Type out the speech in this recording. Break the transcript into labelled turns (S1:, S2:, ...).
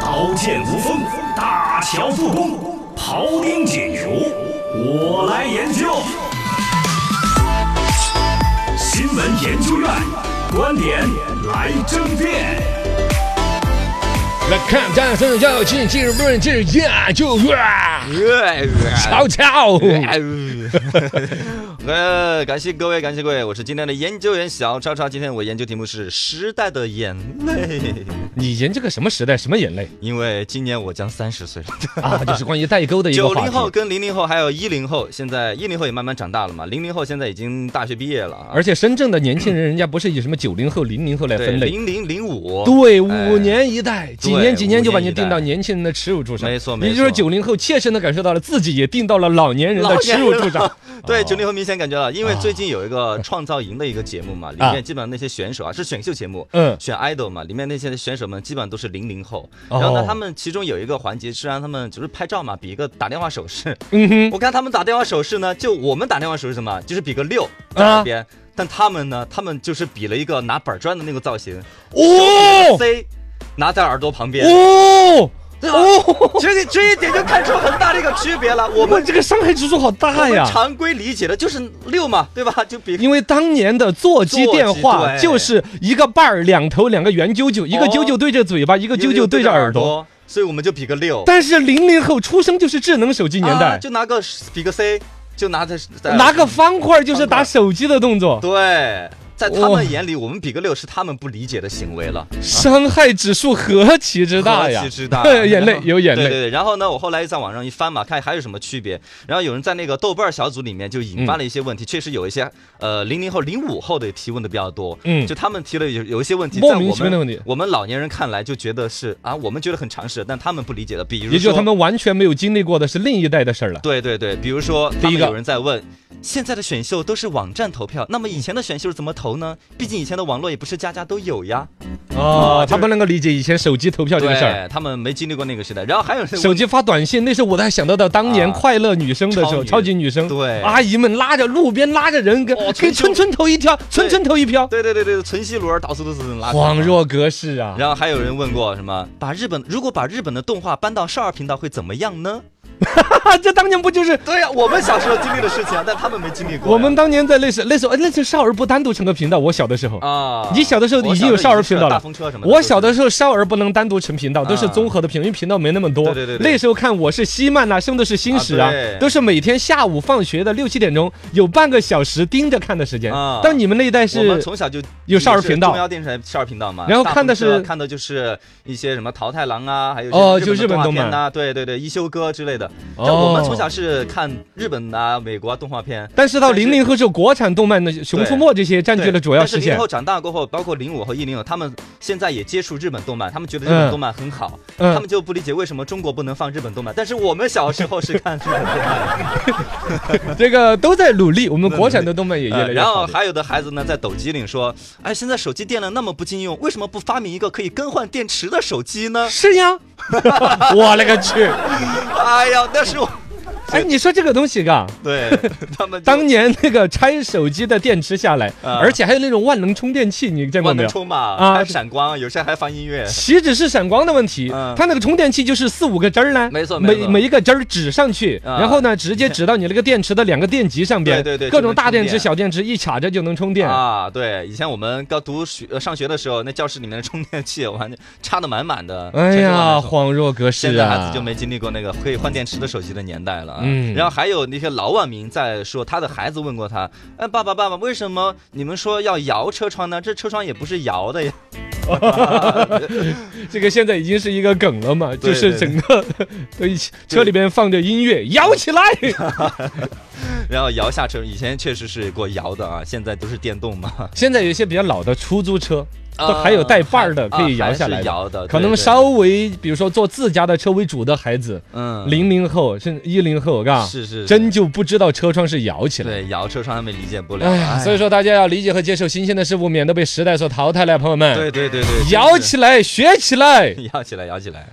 S1: 刀剑无锋，大乔复工，庖丁解牛，我来研究。新闻研究院观点来争辩。
S2: 来看战胜要进进入论治研究院，
S3: 好
S2: 好巧。
S3: 哎呃，感谢各位，感谢各位，我是今天的研究员小超超。今天我研究题目是《时代的眼泪》，
S2: 你研究个什么时代，什么眼 泪
S3: 因为今年我将三十岁了。
S2: 啊？就是关于代沟的一个
S3: 九
S2: 话
S3: 零后
S2: 题，
S3: 跟零零后还有一零后，现在一零后也慢慢长大了嘛，零零后现在已经大学毕业了啊，
S2: 而且深圳的年轻人，人家不是以什么九零后、零零后来
S3: 对，
S2: 分类。
S3: 零零零五，
S2: 对，
S3: 哎
S2: 五年一代，几
S3: 对
S2: 年几年就把你
S3: 五年一代
S2: 定到年轻人的耻辱柱上。
S3: 没错没
S2: 也就是
S3: 错
S2: 九零后切身的感受到了自己也定到了老年人的
S3: 老
S2: 耻
S3: 年
S2: 辱
S3: 人
S2: 柱上。
S3: 对，
S2: 哦
S3: 九零后明显感觉了，因为
S2: 啊
S3: 最近有一个创造营的一个节目嘛，里
S2: 啊
S3: 面基本上那些选手啊是选秀节目，
S2: 嗯
S3: 选 idol 嘛，里面那些选手们基本上都是零零后。
S2: 哦
S3: 然后呢，他们其中有一个环节是让他们就是拍照嘛，比一个打电话 手势。
S2: 嗯哼，
S3: 我看他们打电话手势呢，就我们打电话手势什么，就是比个六
S2: 啊
S3: 在那边，但他们呢，他们就是比了一个拿板砖的那个造型
S2: 哦
S3: ，C 拿在耳朵旁边。
S2: 哦
S3: 对吧
S2: 哦，
S3: 这个这一点就看出很大的一个区别了。我
S2: 我
S3: 们
S2: 这个伤害指数好大
S3: 我们
S2: 哎呀！
S3: 常规理解的就是六嘛，对吧？就比
S2: 因为当年的座机电
S3: 座
S2: 话
S3: 机对哦
S2: 就是一个瓣儿两头两个圆揪揪，一个揪揪对着嘴巴，一个揪揪对着耳朵。，
S3: 所以我们就比个六。
S2: 但是零零后出生就是智能手机年
S3: 啊
S2: 代，
S3: 就拿个比个 C，就拿在在
S2: 拿个方块就是打手机的动作，
S3: 对，在他
S2: 哇
S3: 们眼里，我们比个六是他们不理解的行为了。
S2: 伤害指数何其之大呀
S3: 何！其之大
S2: 眼 泪有眼
S3: 对对
S2: 泪。
S3: 对，然后呢，我后来在网上一翻嘛，看还有什么区别。然后有人在那个豆瓣儿小组里面就引发了一些
S2: 嗯
S3: 问题，确实有一些呃零零后、零五后的提问的比较多。
S2: 嗯
S3: 就他们提了有有一些问题，
S2: 莫
S3: 在
S2: 名
S3: 我
S2: 其妙的问题
S3: 们我们老年人看来就觉得是啊，我们觉得很常识，但他们不理解的，比如
S2: 也就是
S3: 说
S2: 他们完全没有经历过的是另一代的事儿了。
S3: 对对对，比如说，
S2: 第
S3: 他
S2: 一
S3: 们
S2: 个
S3: 有人在问，现在的选秀都是网站投票，那么以前的选秀是怎么投呢？毕竟以前的网络也不是家家都有呀。
S2: 啊，
S3: 就是
S2: 他不能够理解以前手机投票这个事儿。
S3: 哦对，他们没经历过那个时代。然后还有人问
S2: 手机发短信，那是我才想到的当年
S3: 啊
S2: 快乐女生的时候，
S3: 超女
S2: 超级女生，
S3: 对
S2: 阿姨们拉着路边拉着人跟啊
S3: 哦
S2: 给
S3: 春秋
S2: 村村投一票，村村投一票，
S3: 对对对对，存希罗尔到处都是人拉扯
S2: 恍。若隔世啊！
S3: 然后还有人问过什么？把日本如果把日本的动画搬到少儿频道会怎么样呢？
S2: 啊，这当年不就是
S3: 对呀、我们小时候经历的事情啊，但他们没经历过呀。
S2: 我们当年在那时那时候，哎，那时候少儿不单独成个频道。我小的时候，
S3: 啊，
S2: 你小的时候已经有少儿频道了
S3: 我小的时候已经是大风车什么
S2: 我小
S3: 都是
S2: 的时候少儿不能单独成频道，都是
S3: 啊
S2: 综合的频，因为频道没那么多。
S3: 对对对对
S2: 那时候看我是西漫呐，生的是新史
S3: 啊
S2: 啊
S3: 对，
S2: 都是每天下午放学的六七点钟，有半个小时盯着看的时间
S3: 啊。
S2: 但你们那一代
S3: 我们
S2: 是
S3: 从小就
S2: 有少儿频道
S3: 中央电视台少儿频道嘛，
S2: 然后
S3: 大
S2: 看的
S3: 风车
S2: 是
S3: 看的就是一些什么桃太郎啊，还有
S2: 哦
S3: 些
S2: 就日
S3: 本
S2: 本动
S3: 的动画
S2: 漫
S3: 片呐，对对对，一休哥之类的。
S2: 哦
S3: 就我们从小是看日本啊、美国啊动画片。
S2: 但是到
S3: 但是
S2: 零零后之后，国产动漫的《熊出没》这些占据了主要
S3: 但是
S2: 视
S3: 零
S2: 线
S3: 零后。长大过后，包括零五后、一零后，他们现在也接触日本动漫，他们觉得日本动漫很好，
S2: 嗯
S3: 他们就不理解为什么中国不能放日本动漫。但是我们小时候是看日 本动漫的，
S2: 这个都在努力，我们国产的动漫也越来
S3: 呃
S2: 越
S3: 然
S2: 好
S3: 后。还有的孩子呢，在抖机灵说：“哎，现在手机电量那么不经用，为什么不发明一个可以更换电池的手机呢？”
S2: 是 呀，我勒个去！
S3: 哎呀，那是我
S2: 哎，你说这个东西嘎，
S3: 对 他们就
S2: 当年那个拆手机的电池下来，
S3: 啊
S2: 而且还有那种万能充电器，你见过
S3: 万
S2: 没
S3: 能
S2: 有？
S3: 充嘛，
S2: 啊
S3: 还闪光，有些还放音乐。
S2: 岂止是闪光的问题，
S3: 嗯
S2: 它那个充电器就是四五个针儿呢，
S3: 没错没
S2: 每
S3: 错
S2: 每一个针儿指上去，
S3: 啊
S2: 然后呢，直接指到你那个电池的两个电极上边，
S3: 对对对
S2: 各种
S3: 就能
S2: 大
S3: 充
S2: 电池、
S3: 电
S2: 小电池一卡着就能充电。
S3: 啊，对，以前我们刚读学呃上学的时候，那教室里面的充电器，我正插的满满的。
S2: 哎
S3: 全是万
S2: 呀，
S3: 能充
S2: 恍若隔世啊！
S3: 现在孩子就没经历过那个可以换电池的手机的年代了啊。
S2: 嗯
S3: 然后还有那些老网民在说，他的孩子问过他，哎，爸爸爸爸，为什么你们说要摇车窗呢？这车窗也不是摇的呀。
S2: 这个现在已经是一个梗了嘛，就
S3: 对
S2: 是整个 都一起车里边放着音乐摇起来，
S3: 嗯然后摇下车，以前确实是过摇的啊，现在都是电动嘛。
S2: 现在有一些比较老的出租车，
S3: 啊
S2: 都还有带把儿的
S3: 还
S2: 可以摇下
S3: 啊还
S2: 来
S3: 是
S2: 的。
S3: 摇的，
S2: 可
S3: 呃对
S2: 能
S3: 对
S2: 稍微，比如说坐自家的车为主的孩子，
S3: 嗯
S2: 零零后甚至一零后，嘎，
S3: 是是是
S2: 真就不知道车窗是摇起来。
S3: 对摇车窗他们理解不了，
S2: 哎呀，
S3: 哎
S2: 所以说大家要理解和接受新鲜的事物，免得被时代所淘汰了，朋友们。
S3: 对对对对，
S2: 摇
S3: 真是
S2: 起来，学起来。
S3: 摇起来摇起来，